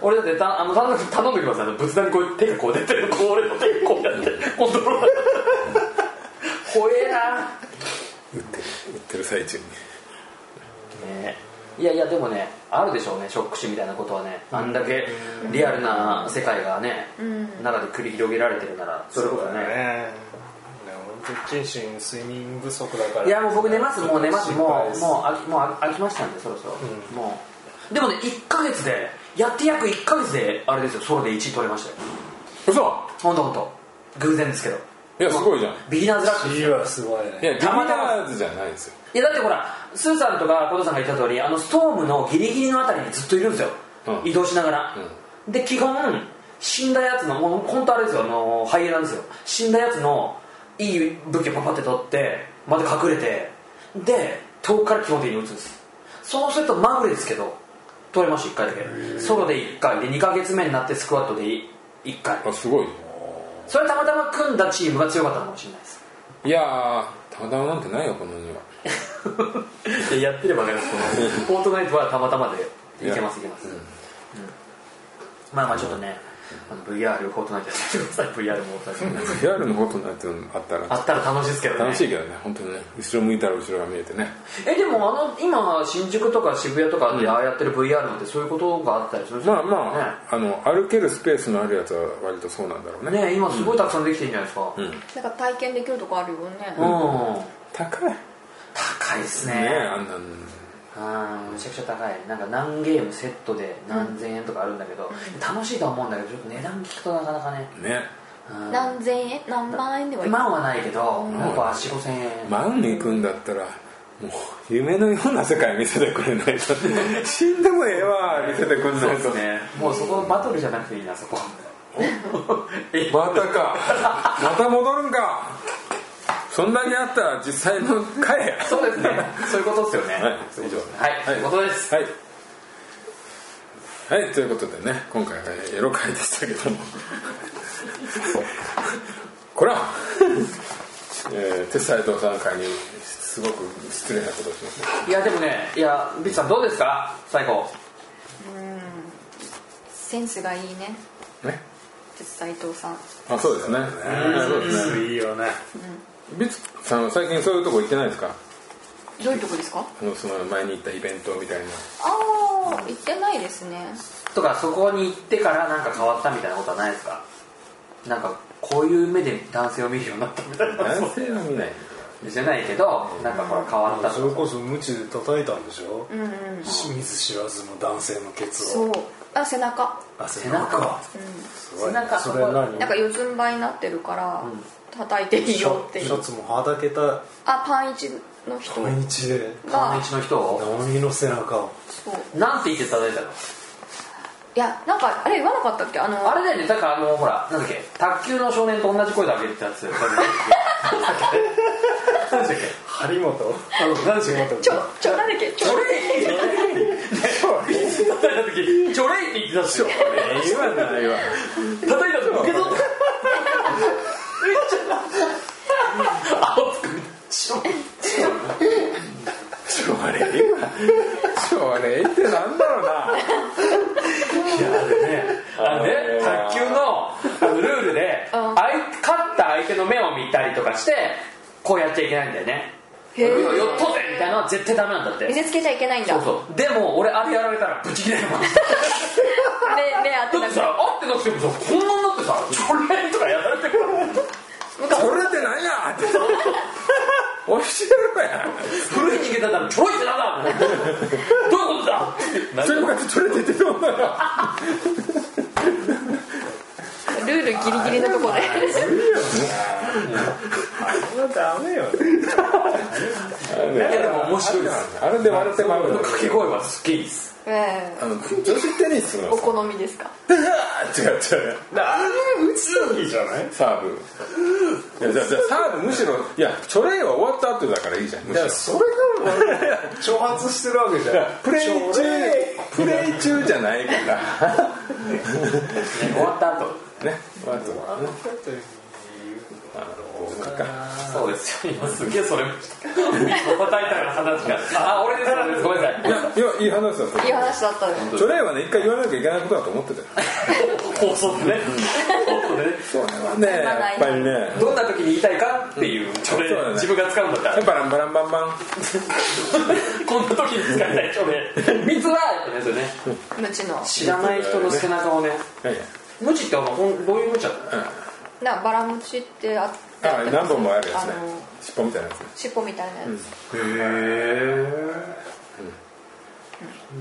Speaker 2: 俺だってたあの頼んで頼んできますよ仏壇にこう手がこう出てるこう俺の手がこうやってコントローラー怖えな
Speaker 1: 売ってる売ってる最中に
Speaker 2: ねいやいやでもねあるでしょうねショック死みたいなことはねあんだけリアルな世界がね、中で繰り広げられてるならそれこそ
Speaker 4: だ
Speaker 2: ね
Speaker 4: ね本当に心身睡眠不足だから
Speaker 2: いやもう僕寝ますもう寝ますも
Speaker 4: 心配で
Speaker 2: う
Speaker 4: す
Speaker 2: もうあきもうあ飽きましたんでそろそろ、もうでもね1ヶ月でやって約1ヶ月であれですよソロで1位取れましたよ
Speaker 1: 嘘
Speaker 2: 本当本当偶然ですけど
Speaker 1: いやすごいじゃん
Speaker 2: ビギナーズラックです
Speaker 4: いやすごいね
Speaker 1: いやビギ
Speaker 2: た
Speaker 1: ナ
Speaker 2: またま
Speaker 1: ーズじゃないですよ
Speaker 2: いやだってほらスーさんとかコトさんが言った通りあのストームのギリギリのあたりにずっといるんですよ、
Speaker 1: うん
Speaker 2: 移動しながら、で基本死んだやつのもう本当あれですよあのハイエナですよ死んだやつのいい武器をパパって取ってまた隠れてで遠くから基本的に撃つんですそうするとまぐれですけど取れました1回だけソロで1回で2ヶ月目になってスクワットで1回
Speaker 1: あすごい
Speaker 2: それはたまたま組んだチームが強かったのかもしれないです
Speaker 1: いやーたまたまなんてないよこの世にはい
Speaker 2: ややってればねこのフォートナイトはたまたまでいけますいけます、うんまあまあちょっとね、あの VR フォートナイトやってください VR もフォートナイト
Speaker 1: リアルのことなんてのあった
Speaker 2: あ
Speaker 1: ら
Speaker 2: ったら楽しいですけどね
Speaker 1: 楽しいけどね本当にね後ろ向いたら後ろが見えてね
Speaker 2: えでもあの今新宿とか渋谷とかでああやってる VR のってそういうことがあったりするんです
Speaker 1: ま
Speaker 2: よ
Speaker 1: あまああの歩けるスペースのあるやつは割とそうなんだろうね
Speaker 2: ね今すごいたくさんできてるんじゃないですかうん、
Speaker 5: なんか体験できるとこあるよね
Speaker 1: 高いね
Speaker 2: 高いですね
Speaker 1: えあんなの
Speaker 2: うんめちゃくちゃ高いなんか何ゲームセットで何千円とかあるんだけど、楽しいとは思うんだけどちょっと値段聞くとなかなかね、
Speaker 1: ね
Speaker 2: うん
Speaker 5: 何千円何万円ではいい
Speaker 2: 万はないけど、やっぱ4、5千円。
Speaker 1: 万に行くんだったらもう夢のような世界見せてくれない と死んでもええわ見せてくんないと
Speaker 2: ね。もうそこバトルじゃなくていいな、そこ。え
Speaker 1: またかまた戻るんかそんなにあったら実際の帰れ
Speaker 2: そうですね。そういうことですよね。
Speaker 1: はい以上
Speaker 2: はい、そういうことです。
Speaker 1: はい、はい、ということでね今回はエロ会でしたけども こら、 えー、鉄斎藤さん会にすごく失礼なことをしました
Speaker 2: いや、でもね、いや、ビッチさんどうですか最後。
Speaker 5: センスがいいね
Speaker 1: ね
Speaker 5: 斎藤さん
Speaker 1: あそうですねそうですね
Speaker 4: いいよね
Speaker 1: ビツさんは最近そういうとこ行ってないですか
Speaker 5: どういうとこですか
Speaker 1: あのその前に行ったイベントみたいな
Speaker 5: ああ行ってないですね
Speaker 2: とか、そこに行ってからなんか変わったみたいなことはないですかなんか、こういう目で男性を見るようになったみたいな。
Speaker 1: 男性は見ない
Speaker 2: じゃないけど、なんかほら変わったと
Speaker 4: それこそ無知で叩いたんでしょ
Speaker 5: うんうん
Speaker 4: 見ず知らずの男性のケツ
Speaker 5: そ
Speaker 4: を
Speaker 5: うあ背中
Speaker 4: あ背
Speaker 2: 背中は
Speaker 4: すごい
Speaker 2: 背
Speaker 4: ね
Speaker 2: 中
Speaker 4: それ何
Speaker 5: なんか四つん這いになってるから叩いていい
Speaker 4: シ
Speaker 5: よって
Speaker 4: ャ
Speaker 5: い
Speaker 4: シ
Speaker 5: う
Speaker 4: ャツもはだけた
Speaker 5: あパン一の人
Speaker 4: 毎日で
Speaker 2: 川の
Speaker 5: が
Speaker 2: 道の人を。
Speaker 4: 直美の背中を
Speaker 5: そう
Speaker 2: なんて言っていただいたの
Speaker 5: いやなんかあれ言わなかったっけあの
Speaker 2: あれだよね、だからあの、ほら、なんだっけ、卓球の少年と同じ声で上げるってやつ。なんだっけなんだっけ
Speaker 4: 張本
Speaker 2: あの、なんでしょう、
Speaker 5: ちょちょなんだっけち
Speaker 2: ち
Speaker 5: ょ
Speaker 2: ょれい叩いた時、ちょれいって言ってたっすよ。
Speaker 1: 言わないわ
Speaker 2: 叩いた時、受け取った。
Speaker 1: しょうれいわしょうれいってなんだろうな
Speaker 2: あのね、卓球のとかしてこうやっちゃいけないんだよね
Speaker 5: へえ
Speaker 2: よっとぜみたいなのは絶対ダメなんだって
Speaker 5: 見せつけちゃいけないんだ
Speaker 2: そうそうでも俺あれやられたらブチ切れるもんだ
Speaker 5: 目目当て
Speaker 2: っ
Speaker 5: な
Speaker 2: て
Speaker 5: く
Speaker 2: さ会ってなくてもさこんなになってさチョレンとかやられてくるもん
Speaker 1: それって何 やって教えろや
Speaker 2: 古い人間だったらちょろいってなんだもんどういうことだ
Speaker 1: それもかって取れててどうなの
Speaker 5: ルールギリギリのところで
Speaker 4: それはダメよ
Speaker 2: いやでも面白いです
Speaker 1: あれで笑ってまう
Speaker 2: 俺の
Speaker 1: の
Speaker 2: 掛け声は好きです
Speaker 5: え
Speaker 1: あの女子テニスの
Speaker 5: お好みですか
Speaker 1: 違う違う
Speaker 4: だあれ打つ時じゃない
Speaker 1: サーブいやじゃあじゃあサーブむしろいやチョレイは終わった後だからいいじゃんむしろ
Speaker 4: それが俺ら挑発してるわけじゃん
Speaker 1: プレイ中
Speaker 4: それ
Speaker 1: プレイ中じゃないから
Speaker 2: ね終わった後
Speaker 1: ねまずはねあのこうかか
Speaker 2: そうですよ今すげえそれ水を叩いたら話が あ俺ですごめんなさい
Speaker 1: いやいやいい話だった
Speaker 5: いい話だったのに
Speaker 1: チョレイはね一回言わなきゃいけないことだと思ってたよ
Speaker 2: 放送でね放送でね
Speaker 1: それはねやっぱりね
Speaker 2: どんな時に言いたいかっていうチョ
Speaker 1: そうだ
Speaker 2: レ
Speaker 1: ね
Speaker 2: 自分が使うんだったら
Speaker 1: バランバランバンバン
Speaker 2: こんな時に使いたいチ ョレ水はってですよね
Speaker 5: 無知の
Speaker 2: 知らない人の背中をね
Speaker 1: はいはい
Speaker 2: 無知ってお前ほんどういう無知だったの
Speaker 5: なバラムチってあって
Speaker 1: あ何本もあるやつね
Speaker 5: あの
Speaker 1: 尻尾みたいなやつね
Speaker 5: 尻尾みたいなや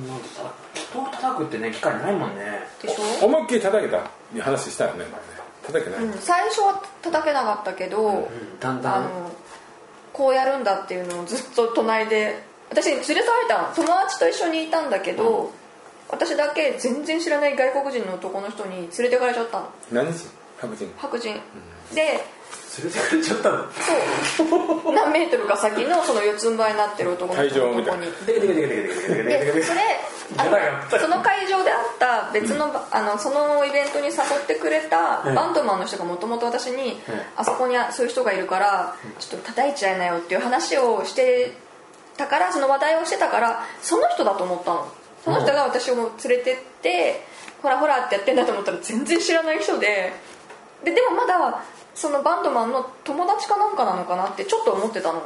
Speaker 2: なんかさ人を叩くってね機会ないもんね
Speaker 5: つでしょ、
Speaker 1: 思いっきり叩けた話したよね前ね叩けない、
Speaker 5: うん、最初は叩けなかったけど、
Speaker 2: だんだ
Speaker 5: あ
Speaker 2: ん
Speaker 5: のこうやるんだっていうのをずっと隣で私連れ去られたの友達と一緒にいたんだけど、私だけ全然知らない外国人の男の人に連れてかれちゃったの
Speaker 1: 何人白人
Speaker 5: 白人、で
Speaker 2: 連れてくれちゃったの
Speaker 5: そう何メートルか先のその四つん這いになってる男の人の
Speaker 1: 会場み
Speaker 5: と
Speaker 1: た
Speaker 5: こ
Speaker 1: いな
Speaker 5: に
Speaker 2: でででででででででで
Speaker 5: でそれあ
Speaker 2: じゃなかった
Speaker 5: のその会場であった別の,、あのそのイベントに誘ってくれた
Speaker 2: うん
Speaker 5: バンドマンの人がもともと私に、
Speaker 2: うん
Speaker 5: あそこにそういう人がいるからちょっと叩いちゃいなよっていう話をしてたからその話題をしてたからその人だと思ったのその人が私をもう連れてって、ほらほらってやってんだと思ったら全然知らない人でででもまだそのバンドマンの友達かなんかなのかなってちょっと思ってたの、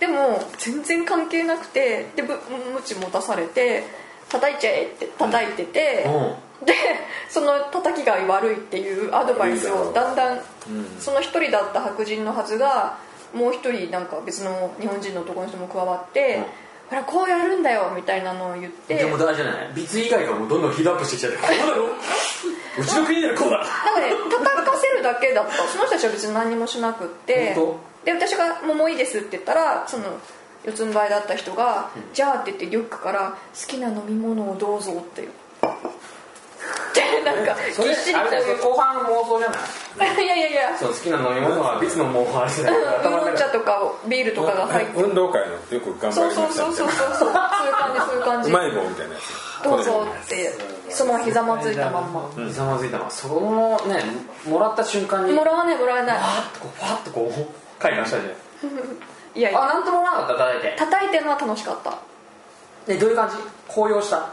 Speaker 5: でも全然関係なくてでぶムチ持たされて叩いちゃえって叩いてて、でその叩きが悪いっていうアドバイスをだんだんその一人だった白人のはずがもう一人なんか別の日本人の男の人も加わって、ほらこうやるんだよみたいなのを言って
Speaker 2: でも大事じゃないビツ以外がもうどんどんヒートアップしてきちゃってこうだろうちの国ならこうだ
Speaker 5: なんかね叩かせるだけだったその人たちは別に何もしなくって
Speaker 2: 本
Speaker 5: で私が「もうもういいです」って言ったらその四つん這いだった人が「じゃあ」って言ってリュックから「好きな飲み物をどうぞ」ってい うでなんかぎっ
Speaker 2: それ
Speaker 5: しり
Speaker 2: あ
Speaker 5: と
Speaker 2: れだよ後半妄想じゃない
Speaker 5: いやいやいや
Speaker 2: そう好きな飲み物はビツのもん話だから
Speaker 5: ウー
Speaker 2: 頭の
Speaker 5: ロン茶
Speaker 2: 中
Speaker 5: とかビールとかが入って
Speaker 1: 運動会のよく頑張
Speaker 5: そう
Speaker 1: り
Speaker 5: そう
Speaker 1: まし
Speaker 5: そ
Speaker 1: た
Speaker 5: う
Speaker 1: みた
Speaker 5: そ
Speaker 1: いうな
Speaker 5: そうそうそういう感じそういう感
Speaker 1: う
Speaker 5: じ
Speaker 1: まい棒みたいなやつ
Speaker 5: どうぞってそのひざまずいたまんま
Speaker 2: でひざまずいたまそのねもらった瞬間に
Speaker 5: もらわないもらわない
Speaker 2: パッとこうパッとこう会話したじゃ
Speaker 5: いやい
Speaker 2: んあ
Speaker 5: や
Speaker 2: なんともなかった叩いて
Speaker 5: 叩いてるのは楽しかった
Speaker 2: えどういう感じ高揚した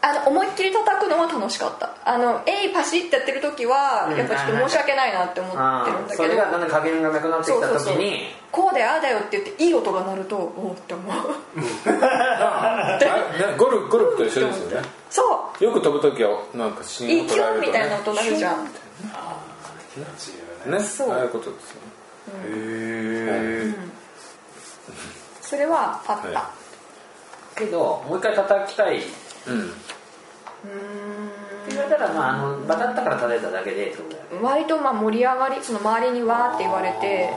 Speaker 5: あの思いっきり叩くのは楽しかったあのえいパシッってやってる時は
Speaker 2: うん
Speaker 5: やっぱちょっと申し訳ないなって思ってるんだ
Speaker 2: そ
Speaker 5: け
Speaker 2: れ
Speaker 5: ど
Speaker 2: がだんだん加減がなくなってきた時に
Speaker 5: こうでああだよって言っていい音が鳴るとおおって思う
Speaker 1: あれねゴルフゴルフと一緒ですよね
Speaker 5: そ
Speaker 1: よく飛ぶ時はなんか
Speaker 5: う
Speaker 1: 信号
Speaker 5: 勢い
Speaker 1: 取られる
Speaker 5: み
Speaker 1: と
Speaker 5: たいな音鳴るじゃん
Speaker 1: ね
Speaker 5: そう
Speaker 1: ああいうことですよね
Speaker 4: へ
Speaker 5: それはあった、
Speaker 1: は
Speaker 2: けどもう一回叩きたいって
Speaker 1: うん
Speaker 2: 言われたらまああのバタったから叩いただけでってことだよね
Speaker 5: 割とまあ盛り上がりその周りにわーって言われて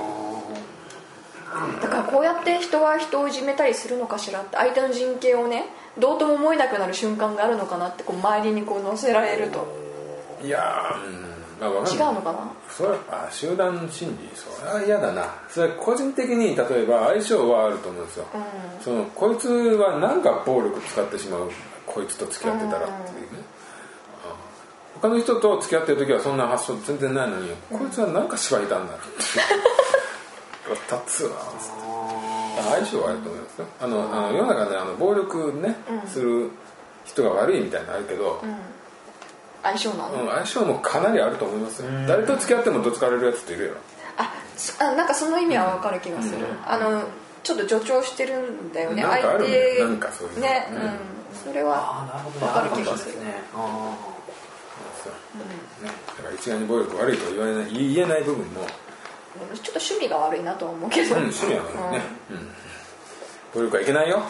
Speaker 5: だからこうやって人は人をいじめたりするのかしらって相手の人権をねどうとも思えなくなる瞬間があるのかなってこう周りにこう乗せられると
Speaker 1: いやーうんまあわか
Speaker 5: 違うん
Speaker 1: ない
Speaker 5: のかな
Speaker 1: それはあ集団心理それは嫌だなそれは個人的に例えば相性はあると思うんですよ、そのこいつはなんか暴力使ってしまうこいつと付き合ってたらっていうね、あ他の人と付き合ってる時はそんな発想全然ないのに、こいつはなんか縛りたんだろうっていう立つわ相性はあると思いますよあのあの世の中であの暴力ね、する人が悪いみたいなのあるけど、
Speaker 5: 相性なの
Speaker 1: うん相性もかなりあると思いますよ誰と付き合ってもどつかれるやつっているよ
Speaker 5: あそあなんかその意味はわかる気がする、あのちょっと助長してるんだよね
Speaker 1: なんかあ
Speaker 5: 相
Speaker 1: るね
Speaker 5: 手
Speaker 1: なんかそういうの
Speaker 5: ね、
Speaker 1: う
Speaker 5: うんんそれは
Speaker 2: ああなるほど
Speaker 5: わかる気がする
Speaker 2: あかもしれないですねあ
Speaker 1: そうねだから一概に暴力悪いとは言われない言えない部分も、
Speaker 5: ちょっと趣味が悪いなとは思うけ
Speaker 1: う
Speaker 5: ど、
Speaker 1: ん、趣味は悪いね、うん、暴力はいけないよ
Speaker 2: ー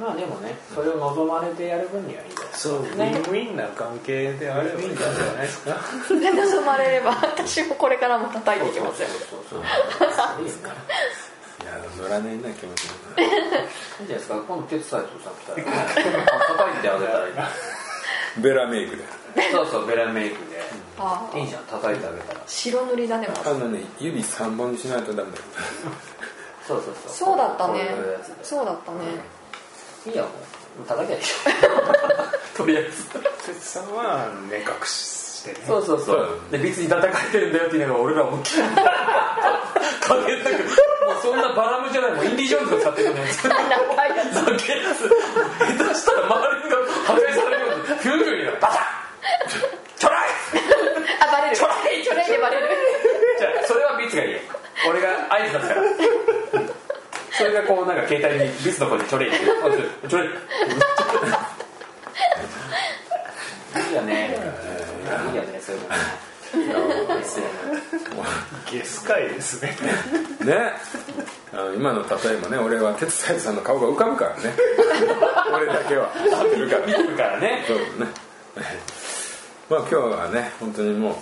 Speaker 2: まあでもねそれを望まれてやる分にはいいです
Speaker 4: そうウィンウィンな関係であればいいんじゃないですか
Speaker 5: うん、 で望まれれば私もこれからも叩いていきますよ
Speaker 2: そうそうそういいよね
Speaker 1: いや乗らないな気持ち
Speaker 2: いいじゃないですか今度テツサイトさん来たらね叩いてあげたらいい
Speaker 1: ベラメイクで
Speaker 2: そうそうベラメイクで
Speaker 5: ああ
Speaker 2: いいじゃん叩いてあげたら
Speaker 5: 白塗りだねま
Speaker 1: あ
Speaker 5: ず
Speaker 1: のね指3本にしないとダメだよ
Speaker 2: そうそうそう
Speaker 5: そうだったね
Speaker 2: こういうやつで
Speaker 5: そうだったね
Speaker 2: いいよもう叩きゃいいょ とりあえず
Speaker 4: 哲 さんは目隠ししてね
Speaker 2: そうそうそうで別に叩かれてるんだよっていうのが俺らも聞いた影だけどもうそんなバラムじゃないもうインディ・ジョーンズが使ってるのやつ下手したら周りが破壊されるようにフューフューにバサットライ
Speaker 5: あバレるちょれいでバレる
Speaker 2: じゃあそれはビツがいいよ俺が合図出すからそれがこうなんか携帯にビツの声でちょれいってあちょれいいいよねいいよねそういうのですよね
Speaker 4: ゲス界ですね
Speaker 1: ねあの今の例えもね俺は哲斎さんの顔が浮かぶから ね俺だけは知ってるから
Speaker 2: 見てるからね
Speaker 1: そうね まあ今日はね本当にもう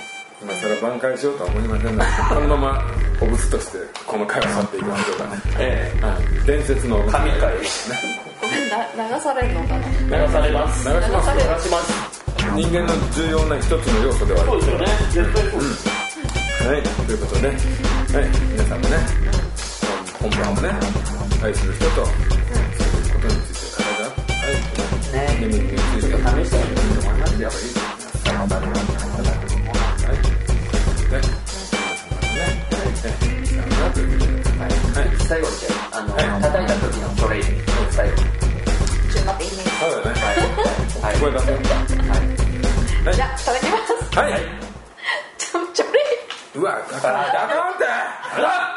Speaker 1: 今更挽回しようとは思いませんのでこのままお仏としてこの会を去っていきましょうかね
Speaker 2: ええ
Speaker 1: はい伝説の
Speaker 2: 神回
Speaker 1: 流し
Speaker 5: な流されるのかな
Speaker 2: 流されます
Speaker 1: ます
Speaker 5: 流される
Speaker 2: ます
Speaker 1: 人間の重要な一つの要素ではある
Speaker 2: そうですよね絶対そうです
Speaker 1: はい、ということで、はい、皆さんもね、本番をね、愛する人と、そういうことについて体、はい、
Speaker 2: ね
Speaker 1: リミットについて、
Speaker 2: 試してみると思いますよ
Speaker 1: はい、で、皆様もね、はい、ね、さよならということで、はい、はい、
Speaker 2: 最後にじゃああの、叩いた時のトレイル最後に
Speaker 5: ちょっと待っていいね
Speaker 1: そうだね、
Speaker 2: は
Speaker 1: 声出せよ。
Speaker 5: じゃあ食べてます
Speaker 1: はい、
Speaker 5: ちょちょれい
Speaker 1: い、うわ、だから、だからって、あら